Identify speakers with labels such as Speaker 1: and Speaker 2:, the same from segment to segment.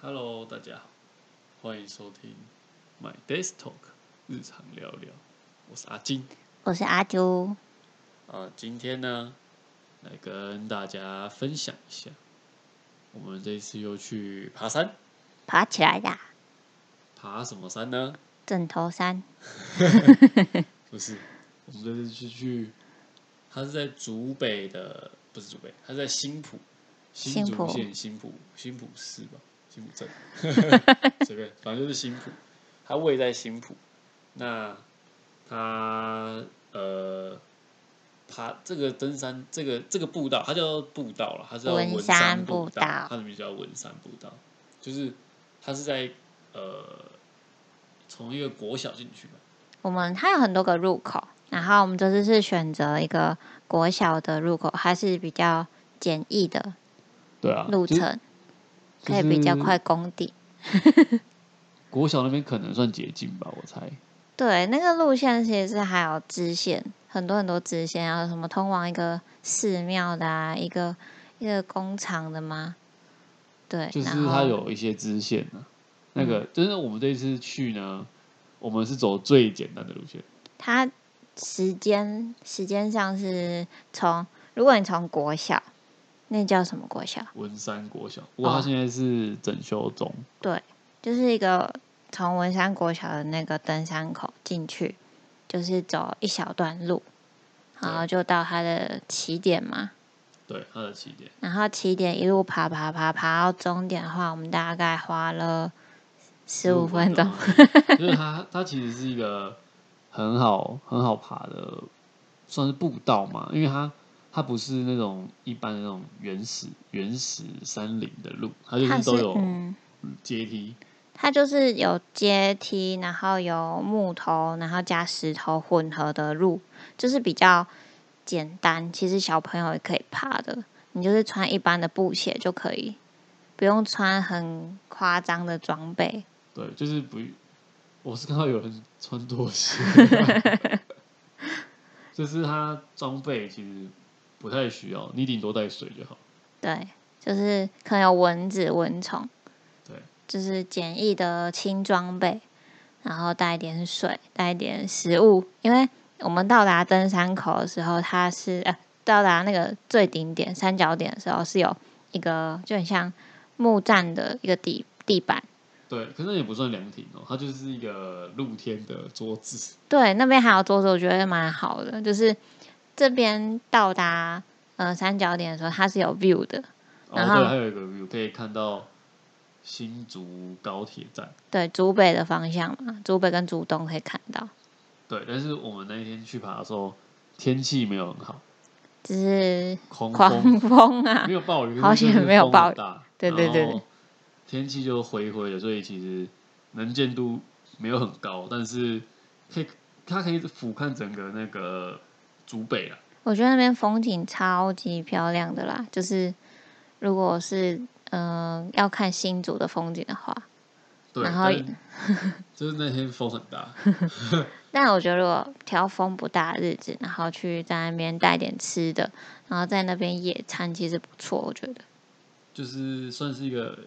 Speaker 1: Hello，大家好，欢迎收听 My Desk Talk 日常聊聊，我是阿金。
Speaker 2: 我是阿啾，
Speaker 1: 啊，今天呢，来跟大家分享一下，我们这一次又去爬山，
Speaker 2: 爬起来啦！
Speaker 1: 爬什么山呢？
Speaker 2: 枕头山
Speaker 1: 不是，我们这次是去，它是在竹北的，不是竹北，它是在新浦，新
Speaker 2: 新
Speaker 1: 竹
Speaker 2: 浦
Speaker 1: 县新浦新浦市吧，新浦 镇，随便，反正就是新浦，它位在新浦。那它呃，爬这个登山，这个这个步道，它叫步道了，它是叫
Speaker 2: 文
Speaker 1: 文
Speaker 2: 山
Speaker 1: 山步
Speaker 2: 步
Speaker 1: 道
Speaker 2: 道，
Speaker 1: 它的名字叫文山步道，就是它是在呃，从一个国小进去吧。
Speaker 2: 我们它有很多个入口，然后我们这次是选择一个国小的入口，还是比较简易的
Speaker 1: 对啊
Speaker 2: 路程，
Speaker 1: 就
Speaker 2: 可以比较
Speaker 1: 是
Speaker 2: 快攻顶。
Speaker 1: 国小那边可能算捷径吧，我猜。
Speaker 2: 对，那个路线其实是还有支线，很多很多支线，还有什么通往一个寺庙的啊，一个一个工厂的吗？对，
Speaker 1: 就是
Speaker 2: 哎然后嗯
Speaker 1: 它有一些支线呢、那个就是我们这一次去呢，我们是走最简单的路线，
Speaker 2: 它时间时间上是从，如果你从国小，那叫什么国小？
Speaker 1: 文山国小。不过它
Speaker 2: 哦
Speaker 1: 现在是整修中，
Speaker 2: 就是一个从文山国小的那个登山口进去，就是走一小段路，然后就到它的起点嘛。
Speaker 1: 对它的起点
Speaker 2: 然后起点一路爬爬爬爬到终点的话，我们大概花了十五分钟。
Speaker 1: 而已，就是它它其实是一个很好很好爬的，算是步道嘛，因为它。它不是那种一般的那种原始原始山林的路，它就
Speaker 2: 它
Speaker 1: 是
Speaker 2: 是
Speaker 1: 都有
Speaker 2: 嗯，
Speaker 1: 阶梯，
Speaker 2: 它就是有阶梯，然后有木头，然后加石头混合的路，就是比较简单。其实小朋友也可以爬的，你就是穿一般的布鞋就可以，不用穿很夸张的装备。
Speaker 1: 对，就是不，我是看到有人穿 拖鞋，就是他装备其实不太需要，你顶多带水就好。
Speaker 2: 对，就是可能有蚊子、蚊虫，
Speaker 1: 对，
Speaker 2: 就是简易的轻装备，然后带一点水，带一点食物，因为我们到达登山口的时候，它是呃到达那个最顶点三角点的时候，是有一个就很像木栈的一个地地板，
Speaker 1: 对，可是那也不算凉亭哦，它就是一个露天的桌子。
Speaker 2: 对，那边还有桌子，我觉得蛮好的，就是这边到达呃三角点的时候，它是有 view 的，
Speaker 1: 哦，
Speaker 2: 然后
Speaker 1: 对，还有一个 view 可以看到新竹高铁站。
Speaker 2: 对，竹北的方向嘛，竹北跟竹东可以看到。
Speaker 1: 对，但是我们那一天去爬的时候，天气没有很好，
Speaker 2: 就是
Speaker 1: 狂风，
Speaker 2: 狂风啊
Speaker 1: 没，有暴雨，
Speaker 2: 好
Speaker 1: 险
Speaker 2: 险没有暴雨
Speaker 1: 大，
Speaker 2: 对对对对，
Speaker 1: 天气就灰灰的，所以其实能见度没有很高，但是可以它可以俯瞰整个那个竹北啊，
Speaker 2: 我觉得那边风景超级漂亮的啦。就是如果是嗯、呃要看新竹的风景的话，
Speaker 1: 对，
Speaker 2: 然后
Speaker 1: 但是 就是那天风很大，
Speaker 2: 但我觉得如果挑风不大的日子，然后去在那边带点吃的，然后在那边野餐，其实不错。我觉得
Speaker 1: 就是算是一个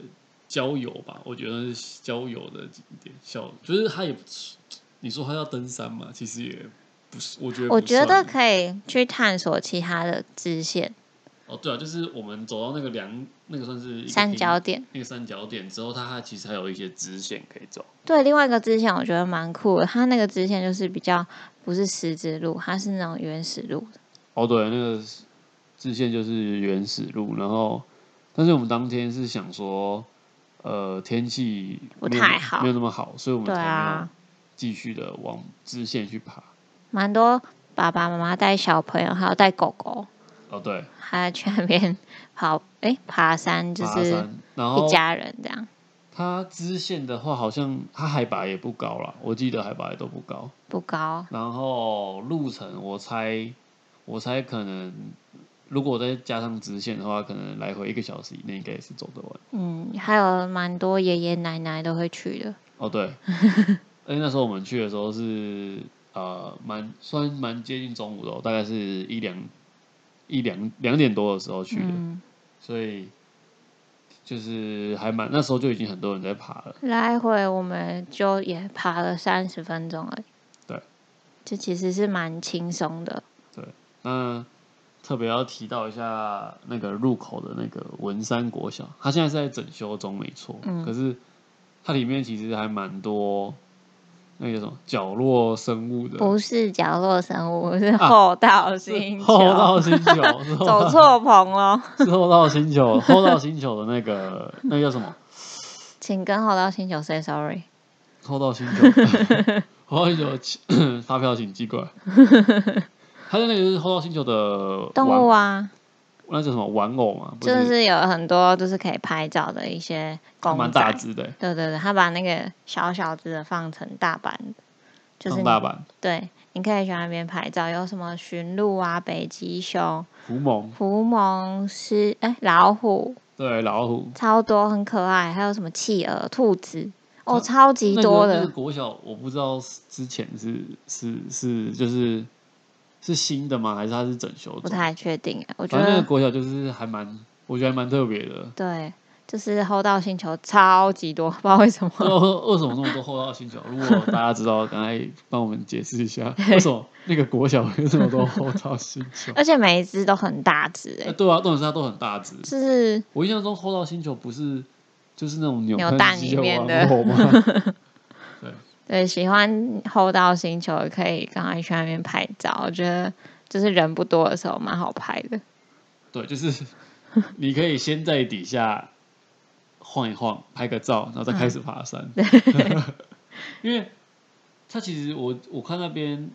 Speaker 1: 郊游吧，我觉得是郊游的一点效，就是它也不是，你说它要登山嘛，其实也不是，我觉得不
Speaker 2: 我觉得
Speaker 1: 算
Speaker 2: 可以去探索其他的支线
Speaker 1: 哦，对啊，就是我们走到那个梁，那个算是一个
Speaker 2: 三
Speaker 1: 平
Speaker 2: 角点。
Speaker 1: 那个三角点之后，它还其实还有一些支线可以走。
Speaker 2: 对，另外一个支线我觉得蛮酷的，它那个支线就是比较不是石子路，它是那种原始路。
Speaker 1: 哦，对，那个是支线就是原始路，然后但是我们当天是想说，呃，天气
Speaker 2: 不
Speaker 1: 没有
Speaker 2: 太好
Speaker 1: 没有那么好，所以我们
Speaker 2: 对
Speaker 1: 才没有
Speaker 2: 啊，
Speaker 1: 继续的往支线去爬。
Speaker 2: 蛮多爸爸妈妈带小朋友，还有带狗狗，
Speaker 1: 哦，对，
Speaker 2: 还去那边跑，诶，爬山就
Speaker 1: 爬
Speaker 2: 是
Speaker 1: 山，然
Speaker 2: 一
Speaker 1: 后
Speaker 2: 家人这样，
Speaker 1: 它支线的话，好像它海拔也不高啦，我记得海拔也都不高。
Speaker 2: 不高，
Speaker 1: 然后路程，我猜，我猜可能如果再加上支线的话，可能来回一个小时以内应该也是走得完。
Speaker 2: 嗯，还有蛮多爷爷奶奶都会去的，
Speaker 1: 哦，对，而且那时候我们去的时候是呃蛮算蛮接近中午的、哦，大概是一两一两两点多的时候去的，
Speaker 2: 嗯，
Speaker 1: 所以就是还蛮那时候就已经很多人在爬了，
Speaker 2: 来回我们就也爬了三十分钟而已。
Speaker 1: 对，
Speaker 2: 这其实是蛮轻松的。
Speaker 1: 那特别要提到一下那个入口的那个文山国小，它现在是在整修中，没错。
Speaker 2: 嗯
Speaker 1: 可是它里面其实还蛮多那个叫什么角落生物的，
Speaker 2: 不是角落生物，是
Speaker 1: 啊
Speaker 2: 后道 星球，
Speaker 1: 后到星球，是后
Speaker 2: 走
Speaker 1: 到
Speaker 2: 错棚了，
Speaker 1: 是后到星球，后到星球的那个 那叫什么？
Speaker 2: 请跟后道星球 say sorry。
Speaker 1: 后到星球， 后到星球 请发票请寄过来。它的那个就是后到星球的
Speaker 2: 动
Speaker 1: 玩
Speaker 2: 物啊，
Speaker 1: 那叫什么玩偶嘛？不
Speaker 2: 就是有很多就是可以拍照的一些
Speaker 1: 还
Speaker 2: 公
Speaker 1: 蛮
Speaker 2: 仔
Speaker 1: 大，只的、欸，
Speaker 2: 对对对，他把那个小小只的放成大版的，就是
Speaker 1: 上
Speaker 2: 你
Speaker 1: 大阪
Speaker 2: 对，你可以去那边拍照，有什么驯鹿啊、北极熊、
Speaker 1: 狐獴，
Speaker 2: 狐獴、狮哎老虎，
Speaker 1: 对老虎。
Speaker 2: 超多很可爱，还有什么企鹅、兔子，哦，
Speaker 1: 啊
Speaker 2: 超级
Speaker 1: 那
Speaker 2: 多
Speaker 1: 个那
Speaker 2: 的
Speaker 1: 个，国小，我不知道是之前是是是就是是新的吗？还是它是整修中？
Speaker 2: 不太确定啊，我觉
Speaker 1: 反正那个
Speaker 2: 得
Speaker 1: 国小就是还蛮，我觉得还蛮特别 的。
Speaker 2: 对，就是后到星球超级多，不知道为什
Speaker 1: 那
Speaker 2: 么。
Speaker 1: 为为什么那么多后道星球？如果大家知道，赶快帮我们解释一
Speaker 2: ？
Speaker 1: 下，为什么那个国小有这么多后道星球
Speaker 2: 而且每一只都很大只哎、
Speaker 1: 哎，对啊，重点是它都很大只。
Speaker 2: 就是
Speaker 1: 我印象中后道星球不是就是那种扭
Speaker 2: 扭
Speaker 1: 蛋
Speaker 2: 蛋
Speaker 1: 机
Speaker 2: 里
Speaker 1: 的
Speaker 2: 面
Speaker 1: 玩
Speaker 2: 的
Speaker 1: 偶啊吗？
Speaker 2: 对喜欢后到星球也可以赶快去那边拍照，我觉得就是人不多的时候蛮好拍的。
Speaker 1: 对，就是 你可以先在底下晃一晃，拍个照，然后再开
Speaker 2: 嗯
Speaker 1: 始爬山。 因为它其实我我看那边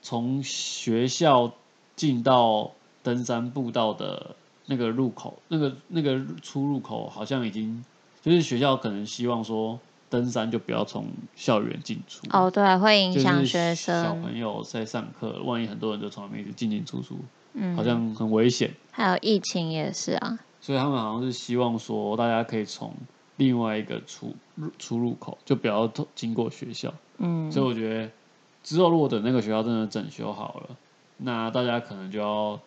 Speaker 1: 从学校进到登山步道的那个入口，那个那个出入口好像已经就是学校可能希望说登山就不要从校园进出。
Speaker 2: 哦，对，会
Speaker 1: 就
Speaker 2: 影
Speaker 1: 是
Speaker 2: 响学
Speaker 1: 小
Speaker 2: 生，
Speaker 1: 朋友在上课，万一很多人就从那边一直进进出出，
Speaker 2: 嗯，
Speaker 1: 好像很危险。
Speaker 2: 还有疫情也是啊，
Speaker 1: 所以他们好像是希望说，大家可以从另外一个出入出入口，就不要透经过学校。
Speaker 2: 嗯，
Speaker 1: 所以我觉得之后如果等那个学校真的整修好了，那大家可能就要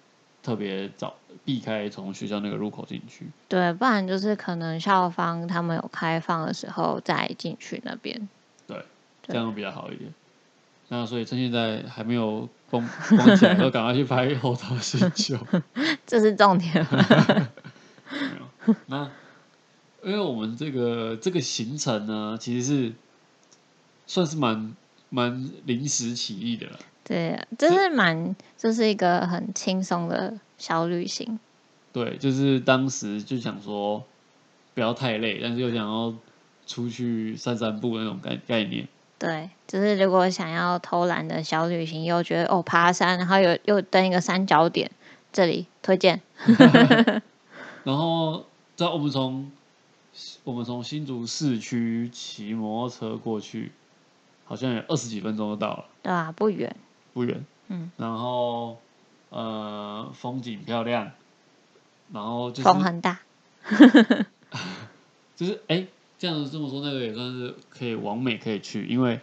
Speaker 1: 特别早避开从学校那个入口进去。
Speaker 2: 对，不然就是可能校方他们有开放的时候再进去那边。对
Speaker 1: 这样比较好一点。那所以趁现在还没有封封起来，都赶快去拍后桃星球。
Speaker 2: 这是重点 吗
Speaker 1: 没有 那因为我们这个这个行程呢，其实是算是蛮蛮临时起意的啦。
Speaker 2: 对，这是蛮，这是一个很轻松的小旅行。
Speaker 1: 对，就是当时就想说不要太累，但是又想要出去散散步那种概概念。
Speaker 2: 对，就是如果想要偷懒的小旅行，又觉得哦爬山，然后有又登一个三角点，这里推荐。
Speaker 1: 然后，在我们从我们从新竹市区骑摩托车过去，好像有二十几分钟就到了，
Speaker 2: 对啊，不远，
Speaker 1: 不远。
Speaker 2: 嗯，
Speaker 1: 然后呃，风景漂亮，然后就是
Speaker 2: 风很大，
Speaker 1: 就是哎、这样子这么说，那个也算是可以往美可以去，因为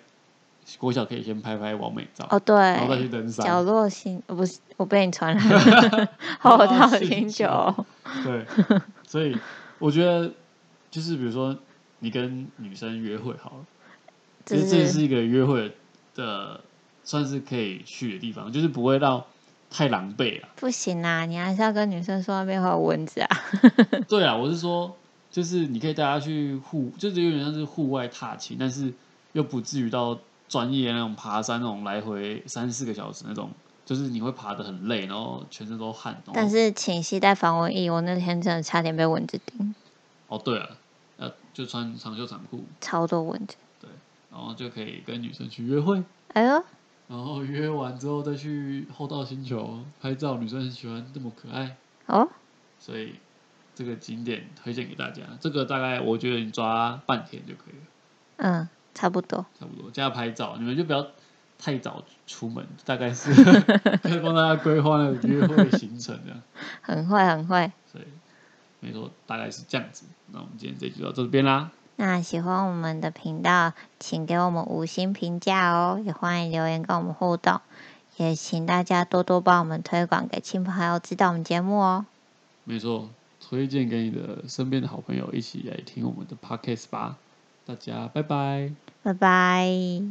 Speaker 1: 国小可以先拍拍往美照，
Speaker 2: 哦
Speaker 1: 然后再去
Speaker 2: 对，
Speaker 1: 登
Speaker 2: 角
Speaker 1: 山。
Speaker 2: 落星呃不是我被你传染 了， 后
Speaker 1: 哦
Speaker 2: 到星球，
Speaker 1: 对，所以我觉得就是比如说你跟女生约会好了，
Speaker 2: 这
Speaker 1: 就是这
Speaker 2: 是
Speaker 1: 是一个约会的算是可以去的地方，就是不会到太狼狈啊。
Speaker 2: 不行啊，你还是要跟女生说那边会有蚊子啊。
Speaker 1: 对啊，我是说，就是你可以带他去户，就是有点像是户外踏青，但是又不至于到专业那种爬山那种来回三四个小时那种，就是你会爬得很累，然后全身都汗。然
Speaker 2: 但
Speaker 1: 后
Speaker 2: 是请携带防蚊液，我那天真的差点被蚊子叮，
Speaker 1: 哦，对啊，呃，就穿长袖长裤，
Speaker 2: 超多蚊子。
Speaker 1: 然后就可以跟女生去约会，
Speaker 2: 哎呦，
Speaker 1: 然后约完之后再去后道星球拍照，女生很喜欢这么可爱，
Speaker 2: 哦，
Speaker 1: 所以这个景点推荐给大家。这个大概我觉得你抓半天就可以了。
Speaker 2: 嗯，差不多。
Speaker 1: 差不多，加拍照，你们就不要太早出门，大概是可以帮大家规划那个约会行程这样。
Speaker 2: 很会很会。
Speaker 1: 所以没错，大概是这样子。那我们今天这集就到这边啦，
Speaker 2: 那喜欢我们的频道，请给我们五星评价哦，也欢迎留言跟我们互动，也请大家多多帮我们推广给亲朋好友知道我们节目哦。
Speaker 1: 没错，推荐给你的身边的好朋友一起来听我们的 podcast 吧。大家拜拜。
Speaker 2: 拜拜。